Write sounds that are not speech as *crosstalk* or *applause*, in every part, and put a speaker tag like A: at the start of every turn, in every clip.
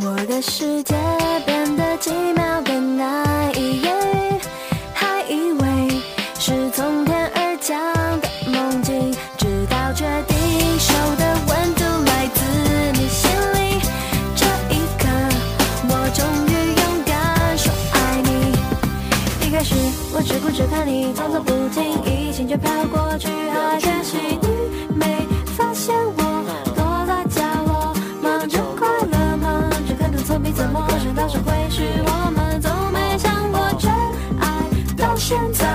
A: 我的世界变得奇妙的那一夜，还以为是从天而降的梦境，直到确定手的温度来自你心里。这一刻，我终于勇敢说爱你。一开始我只顾着看你，装作不经意，心却飘过去，好可惜你没发现我躲在角落，忙着快乐，忙着看着铅笔怎么想到这会是我们，从没想过真爱到现在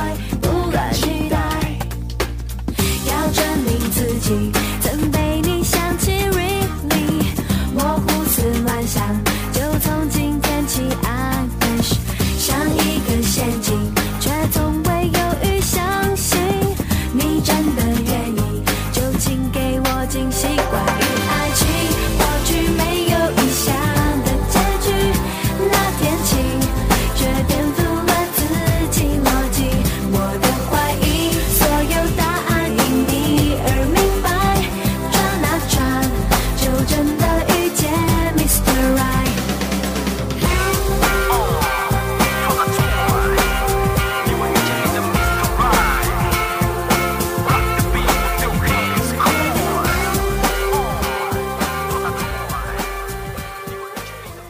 A: 不敢期待。要证明自己曾被你想起，Really，我胡思乱想，就从今天起，I wish，像一根陷阱，却从未犹豫相信你真的愿意，就请给我惊喜。关于爱情，或许没有预想的结局，那天起，却颠覆了自己逻辑，我的怀疑，所有答案因你而明白。转啊转，就真的遇见 Mr. Right。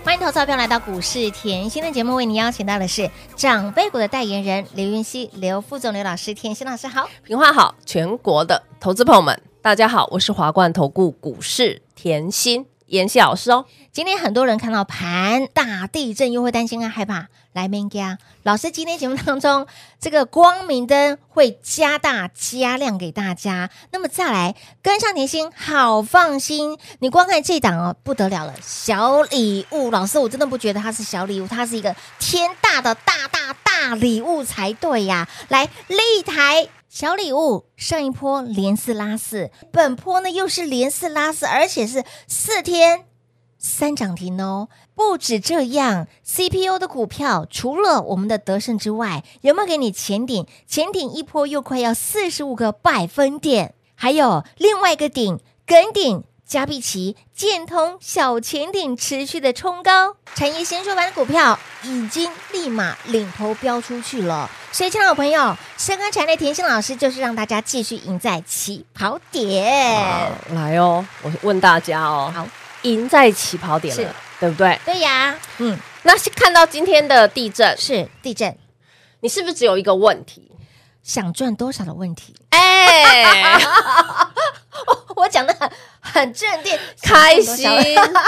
B: 欢迎投资者朋友来到股市甜心的节目，为您邀请到的是长辈股的代言人刘云熙、刘副总、刘老师、甜心老师好。
C: 平话好，全国的投资朋友们，大家好，我是华冠投顾股市甜心妍希老师哦。
B: 今天很多人看到盘大地震又会担心啊害怕，来 m 家老师今天节目当中，这个光明灯会加大加量给大家。那么再来跟上甜心，好放心。你光看这档哦，不得了了，小礼物。老师，我真的不觉得它是小礼物，它是一个天大的大大大礼物才对呀。来，立台小礼物，上一波连四拉四，本波呢又是连四拉四，而且是四天三涨停哦。不止这样，CPU 的股票除了我们的德胜之外，有没有给你前顶？前顶一波又快要四十五个百分点，还有另外一个顶梗顶。加必奇、建通、小前顶持续的冲高，产业先修版的股票已经立马领头飙出去了。所以，亲爱的朋友，深耕产业甜心老师就是让大家继续赢在起跑点。
C: 来哦，我问大家哦，
B: 好，
C: 赢在起跑点
B: 是
C: 了，对不对？
B: 对呀，嗯，
C: 那是看到今天的地震，
B: 是地震
C: 你是不是只有一个问 *laughs* 题？
B: 想赚多少的问题。
C: *laughs* 哎，
B: 我讲的很很镇定，
C: 开心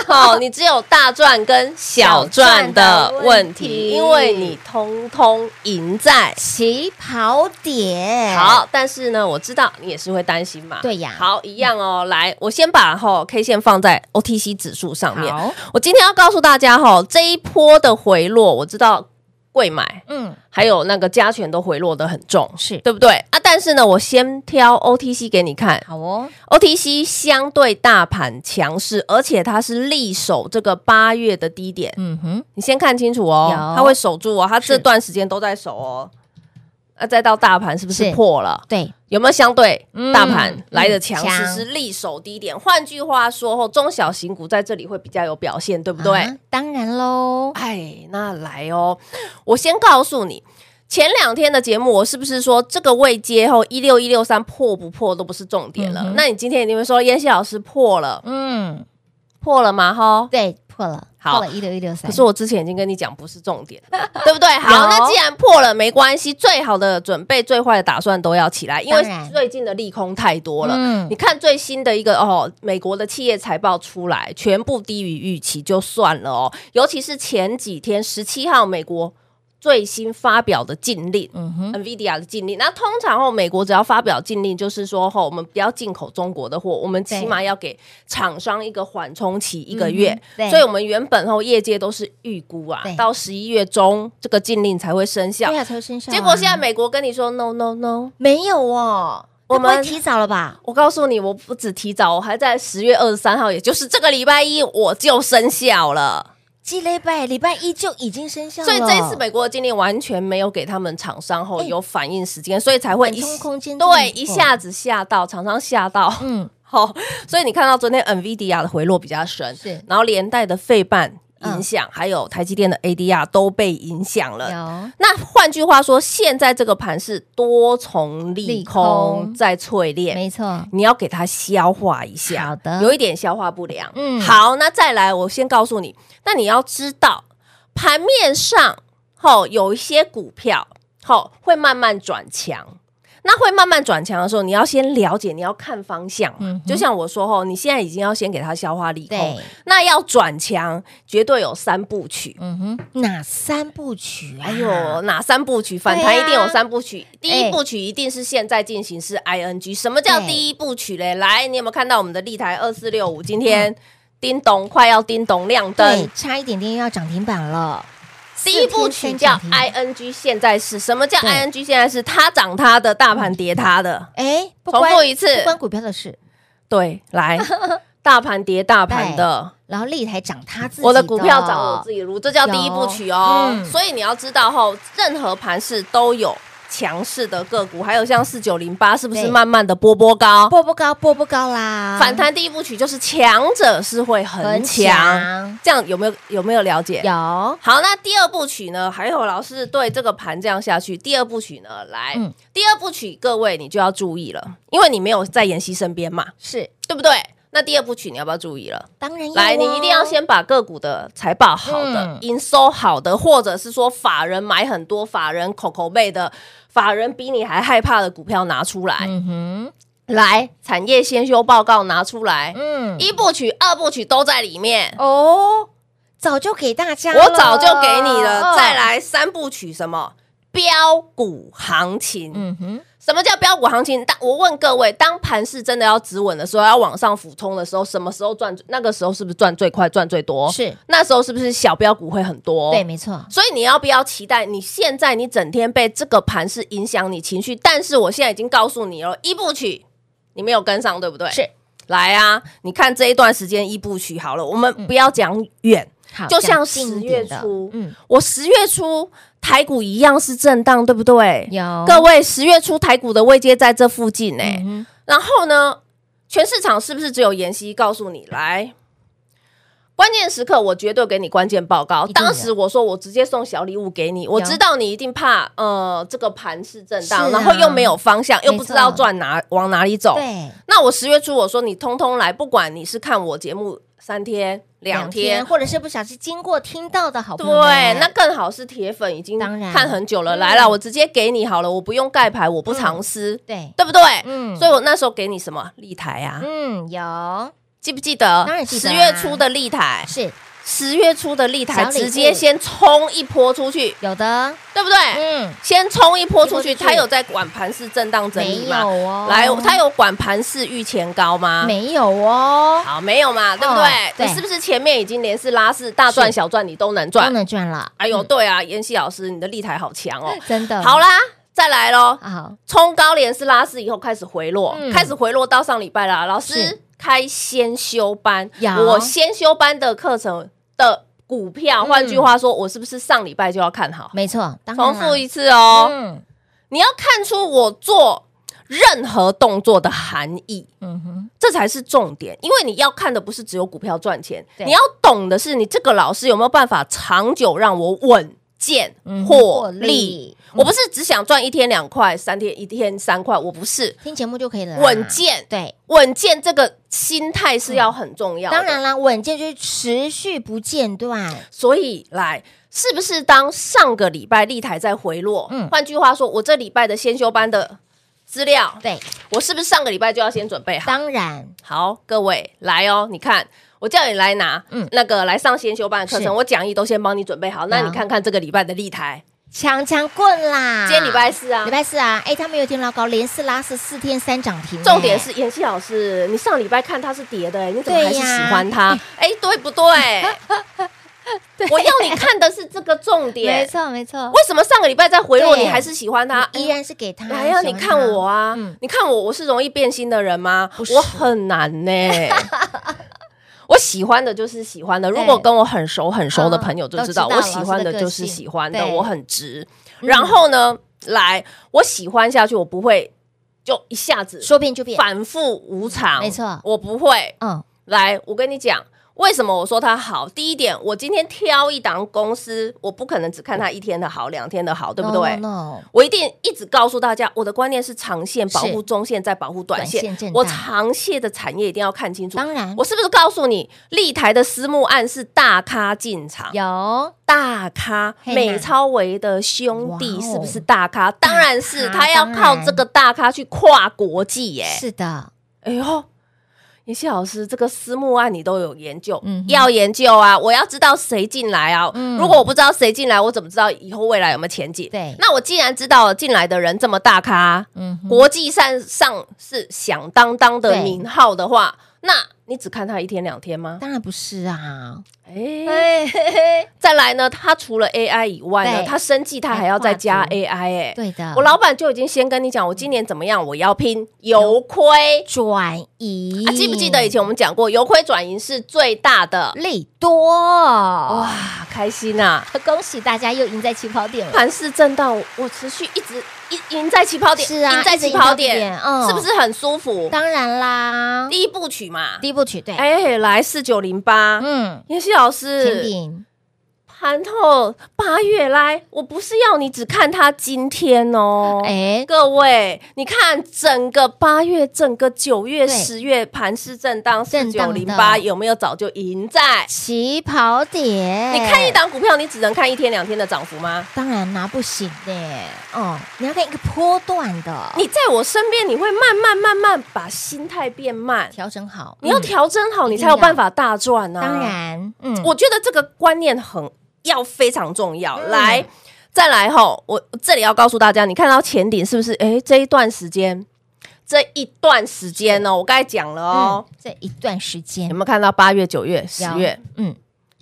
C: 哦！你只有大赚跟小赚的问题，
B: 小赚的问题
C: 因为你通通赢在
B: 起跑点。，
C: 好，但是呢，我知道你也是会担心嘛。
B: 哎对呀
C: 好，一样哦。来，我先把吼 K 线放在 OTC 指数上面。
B: 好，
C: 我今天要告诉大家吼，这一波的回落，我知道贵买
B: 嗯，
C: 还有那个加权都回落的很重，
B: 是
C: 对不对啊？但是呢，我先挑 OTC 给你看
B: 好哦，
C: ，OTC 相对大盘强势，而且它是力守这个八月的低点。
B: 嗯哼，
C: 你先看清楚哦
B: 有，
C: 它会守住哦，它这
B: 是
C: 段时间都在守哦。那再到大盘是不是
B: 是
C: 破了？
B: 对，
C: 有没有相对
B: 嗯
C: 大盘来的强势？
B: 强
C: 是力守低点。换句话说，后中小型股在这里会比较有表现，对不对？
B: 啊当然喽，
C: 哎，那来哦，我先告诉你。前两天的节目，我是不是说这个位阶后一六一六三破不破都不是重点了？
B: 嗯哼
C: 那你今天一定会说，燕西老师破了，
B: 嗯，
C: 破了吗？哈，
B: 对，破了，
C: 好
B: 破了一六一六三，
C: 可是我之前已经跟你讲不是重点，对不对？好，
B: 有
C: 那既然破了没关系，最好的准备、最坏的打算都要起来，因为
B: 当然
C: 最近的利空太多了。
B: 嗯
C: 你看最新的一个哦，美国的企业财报出来，全部低于预期就算了哦，尤其是前几天十七号美国。最新发表的禁令。
B: 嗯哼，
C: NVIDIA 的禁令，那通常后美国只要发表禁令，就是说哦吼，我们不要进口中国的货，我们起码要给厂商一个缓冲期一个月
B: 嗯。哼对
C: 所以我们原本后业界都是预估啊
B: 对，
C: 到十一月中这个禁令才会生效
B: 对。啊，才会生效啊。
C: 结果现在美国跟你说 no no no，
B: 没有哦，
C: 我
B: 我们
C: 们
B: 提早了吧？
C: 我告诉你，我不止提早，我还在十月二十三号，也就是这个礼拜一我就生效了。
B: 积累拜礼拜一就已经生效了，
C: 所以这一次美国的禁令完全没有给他们厂商后
B: 哎
C: 有反应时间，所以才会
B: 缓
C: 一
B: 冲空间
C: 对
B: 这么
C: 一
B: 广
C: 下子吓到厂商吓到。 *laughs*
B: 嗯，
C: 好、所以你看到昨天 NVIDIA 的回落比较深，
B: 是
C: 然后连带的费半
B: 嗯
C: 影响，还有台积电的 ADR 都被影响了。
B: 有
C: 那换句话说，现在这个盘是多重
B: 利
C: 利
B: 空
C: 空在淬炼，
B: 没错，
C: 你要给它消化一下，
B: 好的
C: 有一点消化不良。
B: 嗯
C: 好，那再来，我先告诉你，那你要知道盘面上，吼、有一些股票，吼、会慢慢转强。那会慢慢转强的时候，你要先了解，你要看方向嘛。
B: 嗯哼
C: 就像我说吼，你现在已经要先给它消化利空
B: 对，
C: 那要转强，绝对有三部曲。
B: 嗯哼，哪三部曲啊？
C: 哎
B: *laughs*
C: 呦，哪三部曲？反弹
B: 对
C: 一
B: 啊
C: 定有三部曲。第
B: 哎
C: 一部曲一定是现在进行式 ing。什么叫
B: 对
C: 第一部曲嘞？来，你有没有看到我们的立台二四六五今天叮咚快要叮咚亮
B: 嗯对
C: 灯，？
B: 差一点点要涨停板了，
C: 第一部曲叫
B: 四天三
C: ing 现在是什么叫
B: 对
C: ing 现在是？它涨它的，大盘跌它的。
B: 哎，不
C: 重
B: 关
C: 复一次
B: 不关股票的事，
C: 对，
B: *laughs*
C: 来，大盘跌大盘的。
B: 然后立台涨他自己，
C: 我的股票涨我自己撸，这叫第一部曲哦。
B: 有嗯
C: 所以你要知道吼，任何盘势都有强势的个股，还有像四九零八是不是
B: 对
C: 慢慢的波波高？
B: 波不高，波不高啦，
C: 反弹第一部曲就是强者是会很强，这样有没有有没有了解？
B: 有
C: 好，那第二部曲呢？还有老师对这个盘这样下去，第二部曲呢？来，
B: 嗯
C: 第二部曲各位你就要注意了，因为你没有在妍希身边嘛，
B: 是
C: 对不对？那第二部曲你要不要注意了？
B: 当然要
C: 来，
B: 哦
C: 你一定要先把个股的财报好的
B: 嗯、
C: 营、收好的，或者是说法人买很多、法人口口背的、法人比你还害怕的股票拿出来，
B: 嗯哼
C: 来产业先修报告拿出来，
B: 嗯
C: 一部曲、二部曲都在里面。
B: 哦，早就给大家了，
C: 我早就给你了，
B: 哦
C: 再，来三部曲什么标股行情？
B: 嗯哼，
C: 什么叫标股行情？当我问各位，当盘势真的要止稳的时候，要往上俯冲的时候，什么时候赚？那个时候是不是赚最快、赚最多？
B: 是
C: 那时候是不是小标股会很多？
B: 对，。没错，
C: 所以你要不要期待？你现在你整天被这个盘势影响你情绪，但是我现在已经告诉你了，一部曲你没有跟上，对不对？
B: 是。
C: 来啊，你看这一段时间一部曲好了，我们
B: 嗯
C: 不要讲远，
B: 好，
C: 就像
B: 讲近
C: 十
B: 一点
C: 月
B: 的
C: 初
B: 嗯，
C: 我十月初台股一样是震荡，对不对？
B: 有
C: 各位，十月初台股的位阶在这附近呢、欸
B: 嗯哼
C: 然后呢，全市场是不是只有妍希告诉你来？关键时刻，我绝对给你关键报告。
B: 一定的
C: 当时我说我直接送小礼物给你，我知道你一定怕呃这个盘是震荡，
B: 是啊
C: 然后又没有方向，又不知道
B: 错
C: 赚哪往哪里走。
B: 对，
C: 那我十月初我说你通通来，不管你是看我节目三天两天。
B: 或者是不小心经过听到的好朋哎
C: 对
B: 友们，，
C: 那更好是铁粉已经
B: 当然
C: 看很久了，
B: 嗯
C: 来了，我直接给你好了，我不用盖牌，我不藏私，
B: 对，
C: 对不对？
B: 嗯
C: 所以我那时候给你什么立台啊？
B: 嗯，有
C: 记不记得？
B: 当然记得啊
C: 十月初的立台，
B: 是
C: 十月初的立台
B: 小礼物
C: 直接先冲一波出去，
B: 有的，
C: 对不对？
B: 嗯，
C: 先冲一波出去，
B: 一波出去
C: 它有在管盘式震荡整
B: 没
C: 理
B: 有
C: 吗？
B: 哦，
C: 来，它有管盘式预前高吗？
B: 没有哦，
C: 好，没有嘛，对不
B: 哦对
C: 对？你是不是前面已经连四拉四，大赚
B: 是
C: 小赚你都能
B: 都
C: 赚？
B: 能嗯赚了，
C: 哎呦，对啊，妍希老师，你的立台好强哦。
B: 真的
C: 好啦，再来喽，
B: 好，
C: 冲高连四拉四以后开始回落，
B: 啊嗯
C: 开始回落到上礼拜啦。老
B: 是
C: 师开先修班
B: 有，
C: 我先修班的课程的股票，
B: 嗯
C: 换句话说，我是不是上礼拜就要看好？
B: 没错，当然啦
C: 重复一次哦，
B: 嗯
C: 你要看出我做任何动作的含义。
B: 嗯哼，
C: 这才是重点，因为你要看的不是只有股票赚钱，
B: 对
C: 你要懂的是你这个老师有没有办法长久让我稳健
B: 嗯获
C: 获利。
B: 利
C: 我不是只想赚一天两块、三天一天三块，我不是
B: 听节目就可以了啦，
C: 稳健，
B: 啊对，
C: 稳健这个心态是要很重要的。
B: 当然啦，稳健就是持续不间断，
C: 所以来，是不是当上个礼拜立台在回落？
B: 嗯
C: 换句话说，我这礼拜的先修班的资料，
B: 对，
C: 我是不是上个礼拜就要先准备好？
B: 当然
C: 好，各位来哦，你看。我叫你来拿，
B: 嗯啊
C: 那个来上先修班的课
B: 是
C: 程，我讲义都先帮你准备好。那
B: 好
C: 你看看这个礼拜的立台，
B: 强强棍啦！
C: 今天礼拜四啊
B: 礼，拜四啊，哎，他们有点老高，连四拉四，四天三涨停。
C: 重点是妍希老师，你上礼拜看他是跌的、你怎么还是
B: 对呀
C: 喜欢
B: *laughs*
C: 他？哎、对不对？我要你看的是这个重
B: 哎，没
C: 点。
B: 错没错，
C: 为什么上个礼拜在回落，
B: 对
C: 你还是喜欢他？
B: 依然是给他。
C: 来哎呀、
B: 喜
C: 你
B: 欢
C: 看
B: 他
C: 我啊，
B: 嗯
C: 你看我，我是容易变心的人吗
B: 不？
C: 我
B: 是 *laughs*
C: 很难呢、我喜欢的就是喜欢的，如果
B: 对
C: 跟我很熟很熟的朋友就知道，
B: 嗯都
C: 我
B: 知道
C: 喜欢
B: 老师的
C: 的
B: 个
C: 就是
B: 性
C: 喜欢的，
B: 对
C: 我很直。然后呢，来，我喜欢下去，我不会就一下子
B: 说变就变，
C: 反复无常，
B: 没错
C: 我不会。
B: 嗯，
C: 来，我跟你讲。为什么我说它好？第一点，我今天挑一档公司，我不可能只看它一天的好、两天的好，对不对？
B: ？No，
C: 我一定一直告诉大家，我的观念是长线保护
B: 是
C: 中线，再保护短线。
B: 短线震荡
C: 我长线的产业一定要看清楚。
B: 当然
C: 我是不是告诉你，立台的私募案是大咖进场？
B: 有
C: 大咖，
B: 嘿呐
C: 美超维的兄弟
B: 哇哦
C: 是不是大咖？当然是，
B: 大咖
C: 他要靠
B: 当然
C: 这个大咖去跨国际耶、
B: 是的，
C: 哎呦，妍希老师，这个私募案你都有研究，
B: 嗯哼
C: 要研究啊！我要知道谁进来啊！
B: 嗯
C: 如果我不知道谁进来，我怎么知道以后未来有没有前景？
B: 对
C: 那我既然知道了进来的人这么大咖，
B: 嗯哼，
C: 国际上上是响当当的
B: 对
C: 名号的话，那你只看他一天两天吗？
B: 当然不是啊，
C: 哎，
B: 哎，嘿嘿
C: 再来呢，他除了 AI 以外呢，
B: 对
C: 他生计他还要再加 AI 哎、
B: 对啊的，
C: 我老板就已经先跟你讲，我今年怎么样，我要拼油亏。
B: 转移
C: 啊，，记不记得以前我们讲过，由亏转盈是最大的？
B: 利多哇？
C: 哇，开心啊呐、
B: 恭喜大家又赢在起跑点了，
C: 盘势震荡，我持续一直一赢在起跑点，
B: *laughs* 是啊
C: 赢在
B: 一直
C: 起
B: 赢到
C: 跑
B: 底
C: 点，
B: 嗯
C: 是不是很舒服？
B: 当然啦，
C: 第一部曲嘛，
B: 第一部曲对，
C: 哎，来四九零八，
B: 嗯，
C: 妍希
B: 前
C: 老师，
B: 顶
C: 盘后八月来，我不是要你只看它今天哦，
B: 哎，
C: 各位，你看整个八月、整个九月、
B: 对
C: 十月盘势震荡，四
B: 震
C: 九
B: 荡
C: 零八
B: 的
C: 有没有早就赢在
B: 起跑点，
C: 你看一，档股票，你只能看一天两天的涨幅吗？
B: 当然啦，不行的，哦，你要看一个波段的，
C: 你在我身边，你会慢慢慢慢把心态变慢，
B: 调整好，
C: 你要
B: 嗯
C: 调整好，你
B: 一定
C: 才有
B: 要
C: 办法大赚啊！
B: 当，然，嗯，
C: 我觉得这个观念很要非常重要。
B: 嗯
C: 来，再来吼，我这里要告诉大家，你看到前顶是不是？哎，这一段时间，这一段时间呢、我刚才讲了哦
B: 嗯，，这一段时间
C: 有没有看到八月、九月、十
B: 嗯有
C: 月，
B: 嗯，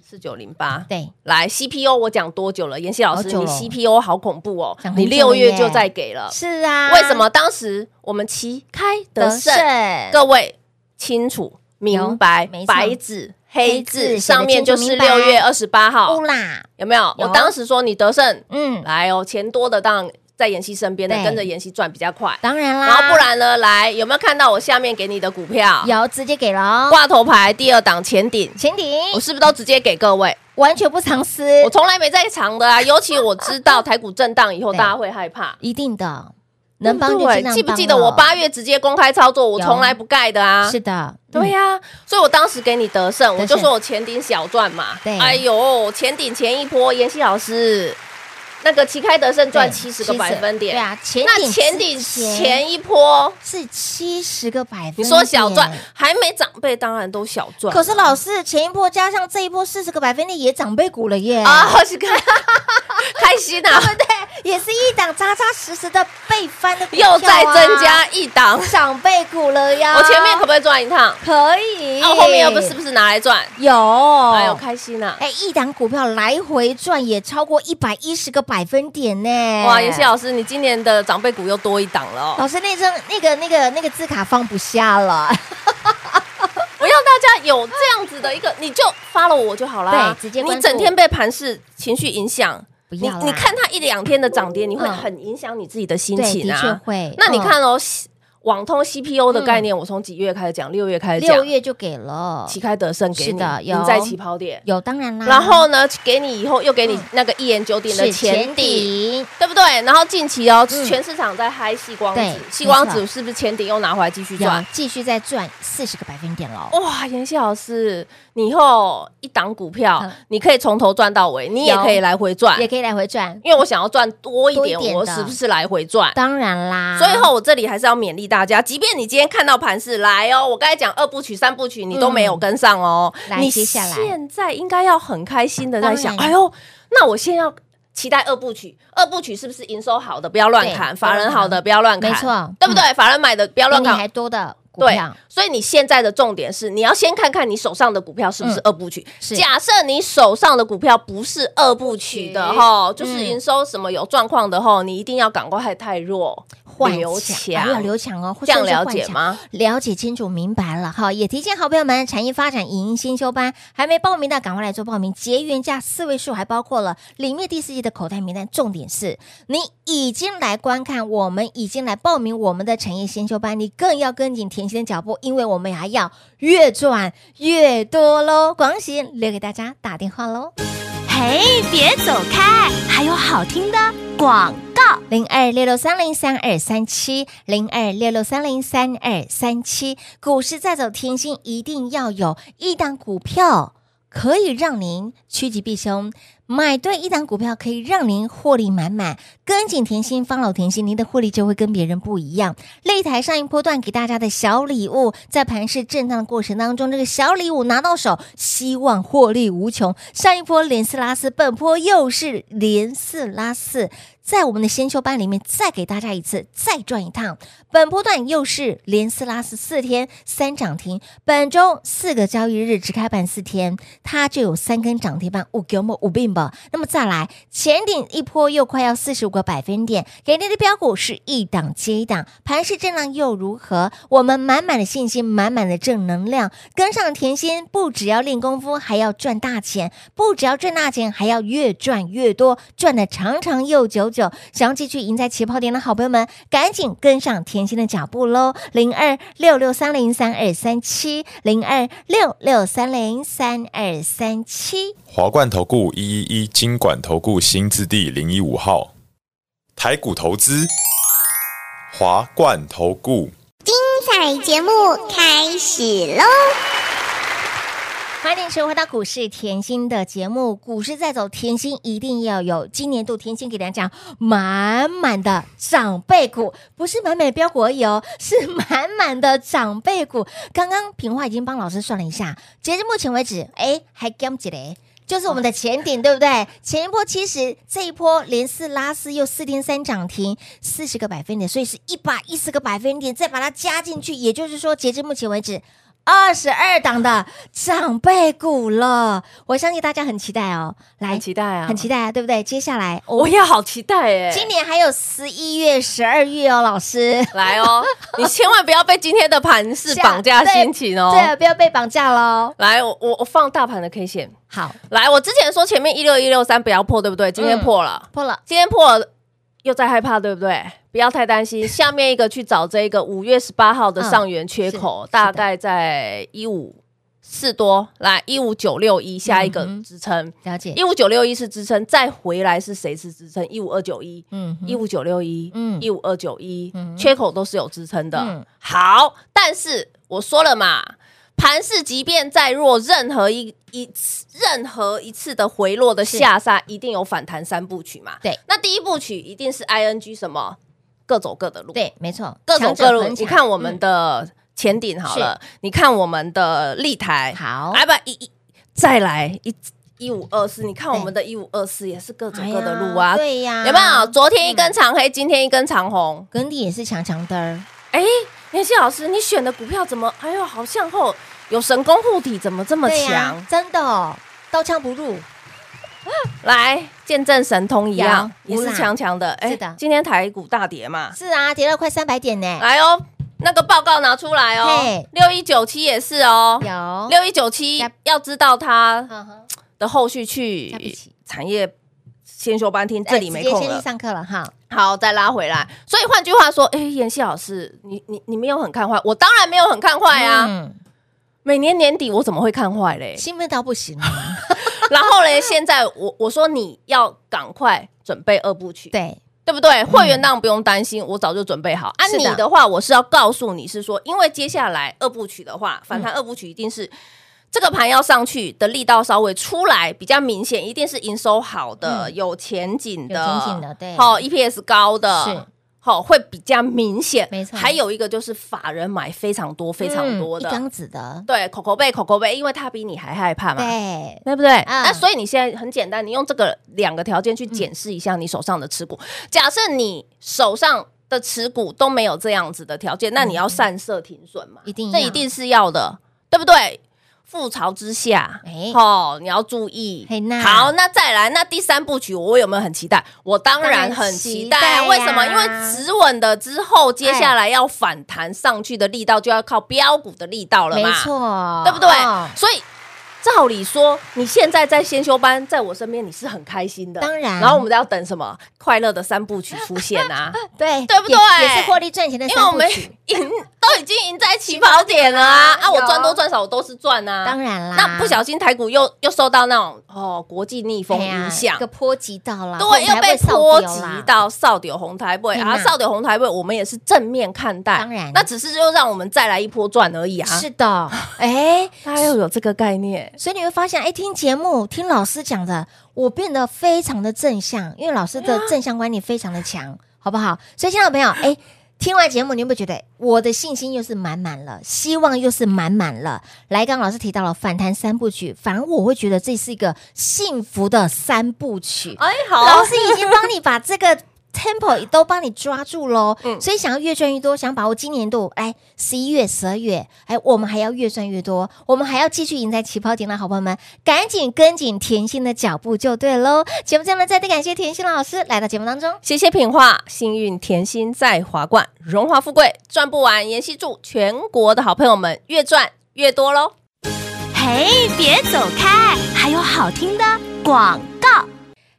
C: 四九零八？
B: 对，
C: 来 CPU，我讲多久了？妍希老
B: 好
C: 师，
B: 久
C: 你
B: 了
C: CPU 好恐怖哦
B: 讲！很
C: 你
B: 久
C: 六
B: 了
C: 月
B: 耶
C: 就在给了，
B: 是啊，
C: 哦为什么当时我们旗开得
B: 得
C: 胜
B: 胜？？
C: 各位清楚明白
B: 哎没，错
C: 白纸黑
B: 黑
C: 字
B: 字
C: 上面就是
B: 写得清楚
C: 六
B: 明白
C: 月二十八号
B: 不，啦，
C: 有没有？我
B: 有
C: 当时说你得胜，
B: 嗯，
C: 来哦，钱多的当然在妍希身边的，
B: 对
C: 跟着妍希赚比较快。
B: 当然啦，
C: 然后不然呢？来，有没有看到我下面给你的股票
B: 有直接给了哦，
C: 挂头牌第二档前顶？
B: 前顶
C: 我是不是都直接给各位？
B: 完全不藏私，
C: 我从来没在
B: *laughs*
C: 藏的啊！尤其我知道台股震荡以后，
B: 对
C: 大家会害怕。
B: 一定的，能帮就
C: 对
B: 尽
C: 不对
B: 量
C: 记不
B: 帮
C: 记得
B: 了
C: 我八月直接公开操作，我
B: 有
C: 从来不盖的啊。
B: 是的，
C: 对
B: 呀，
C: 呀、所以我当时给你得
B: 得胜
C: 胜，我就说我前顶小赚嘛。
B: 对
C: 哎呦，前顶前一波，妍希老师那个旗开得胜赚
B: 嗯对
C: 七十个百分点，
B: 对啊，前
C: 那
B: 顶
C: 前顶
B: 之前
C: 前一波，
B: 是七十个百分，
C: 你说小赚，。还没长辈当然都小赚。
B: 可是老师，前一波加上这一波四十个百分点也长辈股了耶！
C: 啊，好喜看， *laughs* 开心呐、啊，
B: 也是一档扎扎实实的被翻的股票啊、
C: 又再增加一档。
B: 长辈股了呀！
C: 我前面可不可以赚一趟？
B: 可以，
C: 那我后面又不是不是拿来赚？
B: 有？
C: 哎呦，开心呐！
B: 哎，一档股票来回赚也超过一百一十个百分点呢！
C: 哇，妍希老师，你今年的长辈股又多一档了哦。
B: 老师那张那个那个那个字卡放不下
C: *laughs*
B: 了，
C: 我要大家有这样子的一个，你就 follow 我就好啦。
B: 对直接关注
C: 你整天被盘势情绪影响，
B: 不
C: 你
B: 要啦
C: 你看它一两天的涨跌，你会
B: 嗯
C: 很影响你自己的心
B: 对，
C: 情
B: 的确
C: 啊。
B: 会。
C: 那你
B: 嗯
C: 看哦，西网通 CPU 的概念，我从几月开始讲？六月开始讲
B: 六，月就给了，
C: 旗开得胜给你，
B: 是的有
C: 赢在起跑点。
B: 有当然啦。
C: 然后呢，给你以后又给你
B: 嗯
C: 那个一言九鼎的
B: 是
C: 前
B: 前
C: 底，
B: 底，
C: 对不对？然后近期哦，
B: 嗯
C: 全市场在嗨细光子
B: 对，
C: 细光
B: 没
C: 子
B: 错
C: 是不是前顶又拿回来继续
B: 有
C: 赚？
B: 继续再赚四十个百分点喽。
C: 哇，妍希老师，你以后一档股票，
B: 嗯
C: 你可以从头赚到尾，你也
B: 有
C: 可以来回赚
B: 也，可以来回赚，
C: 因为我想要赚多一点，
B: 多一点的
C: 我是不是来回赚？
B: 当然啦。
C: 所以后我这里还是要勉励大家，即便你今天看到盘势来哦，我刚才讲二部曲、三部曲，你都没有跟上哦，
B: 嗯来
C: 你
B: 接下来
C: 现在应该要很开心的在想，
B: 当然
C: 哎呦，那我现在要期待二部曲，二部曲是不是营收好的不要乱
B: 对
C: 砍，
B: 不要
C: 法人
B: 砍
C: 好的不要乱砍，
B: 没错
C: 对不对？法人买的不要
B: 比
C: 乱
B: 你还
C: 砍。
B: 多的股
C: 对
B: 票，，
C: 所以你现在的重点是，你要先看看你手上的股票是不是
B: 嗯
C: 二部曲。
B: 是
C: 假设你手上的股票不是二部曲的
B: 嗯
C: 哈，就是营收什么有状况的哈，你一定要赶快太弱，
B: 换
C: 留
B: 强，还有
C: 强，
B: 刘强哦，
C: 这样
B: 甚至
C: 了
B: 换
C: 解
B: 强
C: 吗？
B: 了解清楚明白了哈，也提醒好朋友们，产业发展影音新修班还没报名的，赶快来做报名。结缘价四位数，还包括了里面第四季的口袋名单。重点是你已经来观看，我们已经来报名我们的产业先修班，你更要跟紧甜心的脚步，因为我们还要越赚越多喽！广喜留给大家打电话喽。
D: 嘿，别走开，还有好听的广告。
B: 零二六六三零三二三七，零二六六三零三二三七。股市再走，甜心一定要有一档股票可以让您趋吉避凶，买对一档股票可以让您获利满满，跟紧甜心，方老甜心，您的获利就会跟别人不一样。擂台上一波段给大家的小礼物，在盘市震荡的过程当中，这个小礼物拿到手，希望获利无穷。上一波连四拉四，本波又是连四拉四。在我们的先修班里面再给大家一次，再转一趟。本波段又是连四拉四四天三涨停，本周四个交易日只开盘四天，它就有三根涨停板，五给我们五并吧。那么再来前顶一波又快要四十五个百分点，给您的标股是一档接一档，盘势震荡又如何？我们满满的信心，满满的正能量，跟上甜心，不只要练功夫，还要赚大钱。不只要赚大钱，还要越赚越多，赚的长长又久久。想要继续赢在起跑点的好朋友们，赶紧跟上甜心的脚步喽！零二六六三零三二三七，零二六六三零三二三七。
E: 华冠投顾一一一金管投顾新字第零一五号，台股投资，华冠投顾。
F: 彩节目开始喽！
B: 欢迎收回到股市甜心的节目，股市在走，甜心一定要有。今年度甜心给大家讲满满的长辈股，不是满满的标股而已哦，是满满的长辈股。刚刚平花已经帮老师算了一下，截至目前为止，哎，还 gam 几嘞？就是我们的前顶，对不对？前一波七十，这一波连四拉四，又四天三涨停，四十个百分点，所以是一百一十个百分点，再把它加进去，也就是说，截至目前为止，二十二档的长辈股了。我相信大家很期待哦，来，
C: 很期待啊，
B: 很期
C: 待，
B: 待啊，对不对？接下来
C: 我也好期待哎、
B: 今年还有十一月、十二月哦，老师。
C: 来
B: *laughs*
C: 哦，你千万不要被今天的盘势绑架心情哦。
B: 对，不要被绑架喽。
C: 来，我我我放大盘的 K 线。
B: 好，
C: 来，我之前说前面一六一六三不要破，对不对？今
B: 嗯
C: 天破了，
B: 破了，
C: 今天破了又在害怕，对不对？不要太担心。下面一个去找这个五月十八号的上缘缺口，
B: 嗯是
C: 大概在一五四多，来一五九六一下一个
B: 嗯哼
C: 支撑，
B: 了解。
C: 一五九六一是支撑，再回来是谁是支撑？一五二九一，
B: 嗯哼
C: 一五九六一，
B: 嗯
C: 嗯，一五二九一
B: 嗯，
C: 缺口都是有支撑的。
B: 嗯
C: 好，但是我说了嘛，盘势即便再弱，任何一一次任何一次的回落的下杀，一定有反弹三部曲嘛。
B: 对，
C: 那第一部曲一定是 ing 什么各走各的路，，
B: 对，没错，
C: 各走
B: 强
C: 各
B: 者
C: 路。
B: 恒
C: 你
B: 强嗯
C: 看我们的前顶好了，你看我们的立台
B: 嗯，好，
C: 来吧，一一再来一一五二四，你看我们的一五二四也是各走各的路
B: 哎
C: 啊
B: 呀。对呀，
C: 有没有？昨天一根长黑，今天一根长红。
B: 跟底也是强强的儿？
C: 哎，妍希老师，你选的股票怎么？哎呦，好像后有神功护体，怎么这么
B: 对呀
C: 强？
B: 真的哦，刀枪不入。
C: 来见证神通一样，
B: 有
C: 也
B: 无
C: 是
B: 啦
C: 强强的。哎
B: 是的
C: 今天台股大跌嘛，
B: 是啊，跌到快三百点呢。
C: 来哦，那个报告拿出来哦
B: 嘿，
C: 六一九七也是哦，
B: 有，嗯
C: 六一九七
B: 加
C: 要知道它
B: 呵呵
C: 的后续
B: 加不
C: 去
B: 起
C: 产业先修班听，这里没
B: 哎直接
C: 空
B: 先
C: 了
B: 去。上课了哈。
C: 好，再拉回来。所以换句话说，哎、妍希老师，你你你没有很看坏，我当然没有很看坏啊。
B: 嗯，
C: 每年年底我怎么会看
B: *laughs*
C: 坏嘞？
B: 兴奋到不行了。
C: *laughs* 然后嘞，现在我我说你要赶快准备二部曲，
B: 对，
C: 对不对？会员当然不用担心，我早就准备好。按、啊
B: 是的
C: 你的话，我是要告诉你是说，因为接下来二部曲的话，反弹二部曲一定是。这个盘要上去的力道稍微出来比较明显，一定是营收好的、有前景的、
B: 有前景的对
C: 好 EPS 高的，
B: 是
C: 好、会比较明显。
B: 没错
C: 还有一个就是法人买非常多非常
B: 嗯
C: 多
B: 一
C: 的，
B: 缸子的，
C: 对，口口贝口口贝，因为他比你还害怕嘛。
B: 对，
C: 对不对？
B: 嗯
C: 那所以你现在很简单，你用这个两个条件去检视一下你手上的持股。假设你手上的持股都没有这样子的条件，那你要善设停损嘛？
B: 嗯一定
C: 这
B: 要
C: 一定是要的，对不对？覆巢之下，
B: 哎
C: 哦，你要注意
B: 嘿那。
C: 好，那再来，那第三部曲我有没有很期待？我当然很期待。
B: 当然期待呀啊
C: 为什么？因为止稳的之后，接下来要反弹上去的力道就要靠标股的力道了
B: 没
C: 嘛？
B: 错，
C: 对不对？
B: 哦
C: 所以照理说，你现在在先修班，在我身边你是很开心的，
B: 当然
C: 然后我们要等什么？快乐的三部曲出现啊！
B: 对，
C: 对不
B: 也
C: 对
B: 也是获利赚钱的
C: 因为我
B: 三部
C: 们
B: 曲，
C: 赢都已经赢在起跑点
B: *laughs*
C: 了啊！啊，我赚多赚少我都是赚啊。
B: 当然啦，
C: 那不小心台股又又受到那种哦国际逆风
B: 哎呀
C: 影响
B: 一个，波及到了，
C: 对，
B: 后
C: 又
B: 台
C: 被
B: 会扫
C: 波
B: 掉
C: 及
B: 啦，
C: 到少屌红台位
B: 嗯
C: 啊，
B: 呐
C: 少屌红台位我们也是正面看待，
B: 当然
C: 那只是就让我们再来一波赚而已啊。
B: 是的，哎，
C: 大家要有这个概念，
B: 所以你会发现，哎，听节目听老师讲的，我变得非常的正向，因为老师的正向观念非常的强，好不好？所以，亲爱的朋友，哎。听完节目，你有没有觉得我的信心又是满满了，希望又是满满了？来，刚刚老师提到了反弹三部曲，反而我会觉得这是一个幸福的三部曲。
C: 哎，好
B: 老师已经帮你把这个 tempo 都帮你抓住喽，所以想要越赚越多，想把握今年度，哎，十一月、十二月，哎，我们还要越赚越多，我们还要继续赢在起跑点的好朋友们，赶紧跟紧甜心的脚步就对喽。节目最后呢，再次感谢甜心老师来到节目当中。
C: 谢谢品画，幸运甜心在华冠，荣华富贵赚不完。妍希祝全国的好朋友们越赚越多喽！
F: 嘿，别走开，还有好听的广告。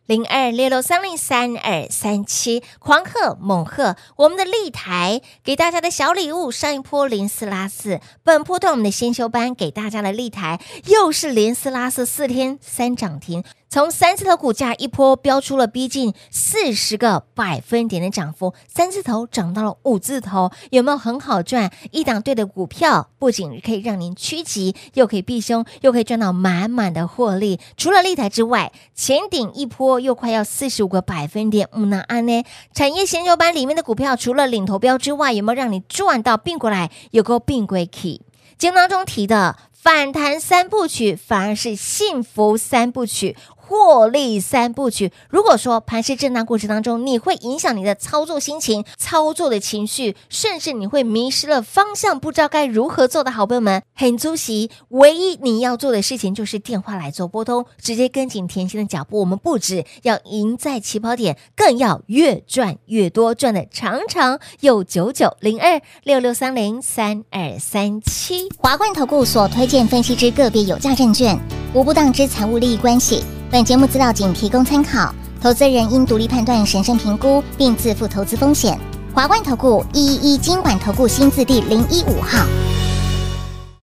B: 零二六六三零三二三七，狂贺猛贺！我们的立台给大家的小礼物，上一波零四拉四，本波段我们的先修班给大家的立台又是零四拉四，四天三涨停，从三字头股价一波飙出了逼近四十个百分点的涨幅，三字头涨到了五字头，有没有很好赚？一档对的股票，不仅可以让您趋吉，又可以避凶，又可以赚到满满的获利。除了立台之外，前顶一波又快要四十五个百分点，嗯那安呢？产业先修班里面的股票，除了领头标之外，有没有让你赚到并过来？有够并归 key。节目当中提的反弹三部曲，反而是幸福三部曲。获利三部曲。如果说盘势震荡过程当中，你会影响你的操作心情、操作的情绪，甚至你会迷失了方向，不知道该如何做的好朋友们，很出席。唯一你要做的事情就是电话来做拨通，直接跟紧甜心的脚步。我们不止要赢在起跑点，更要越赚越多，赚的长长有久久。零二六六三零三二三七。
F: 华冠投顾所推荐分析之个别有价证券，无不当之财务利益关系。本节目资料仅提供参考，投资人应独立判断、审慎评估，并自负投资风险。华冠投顾一一一金管投顾新字第零一五号。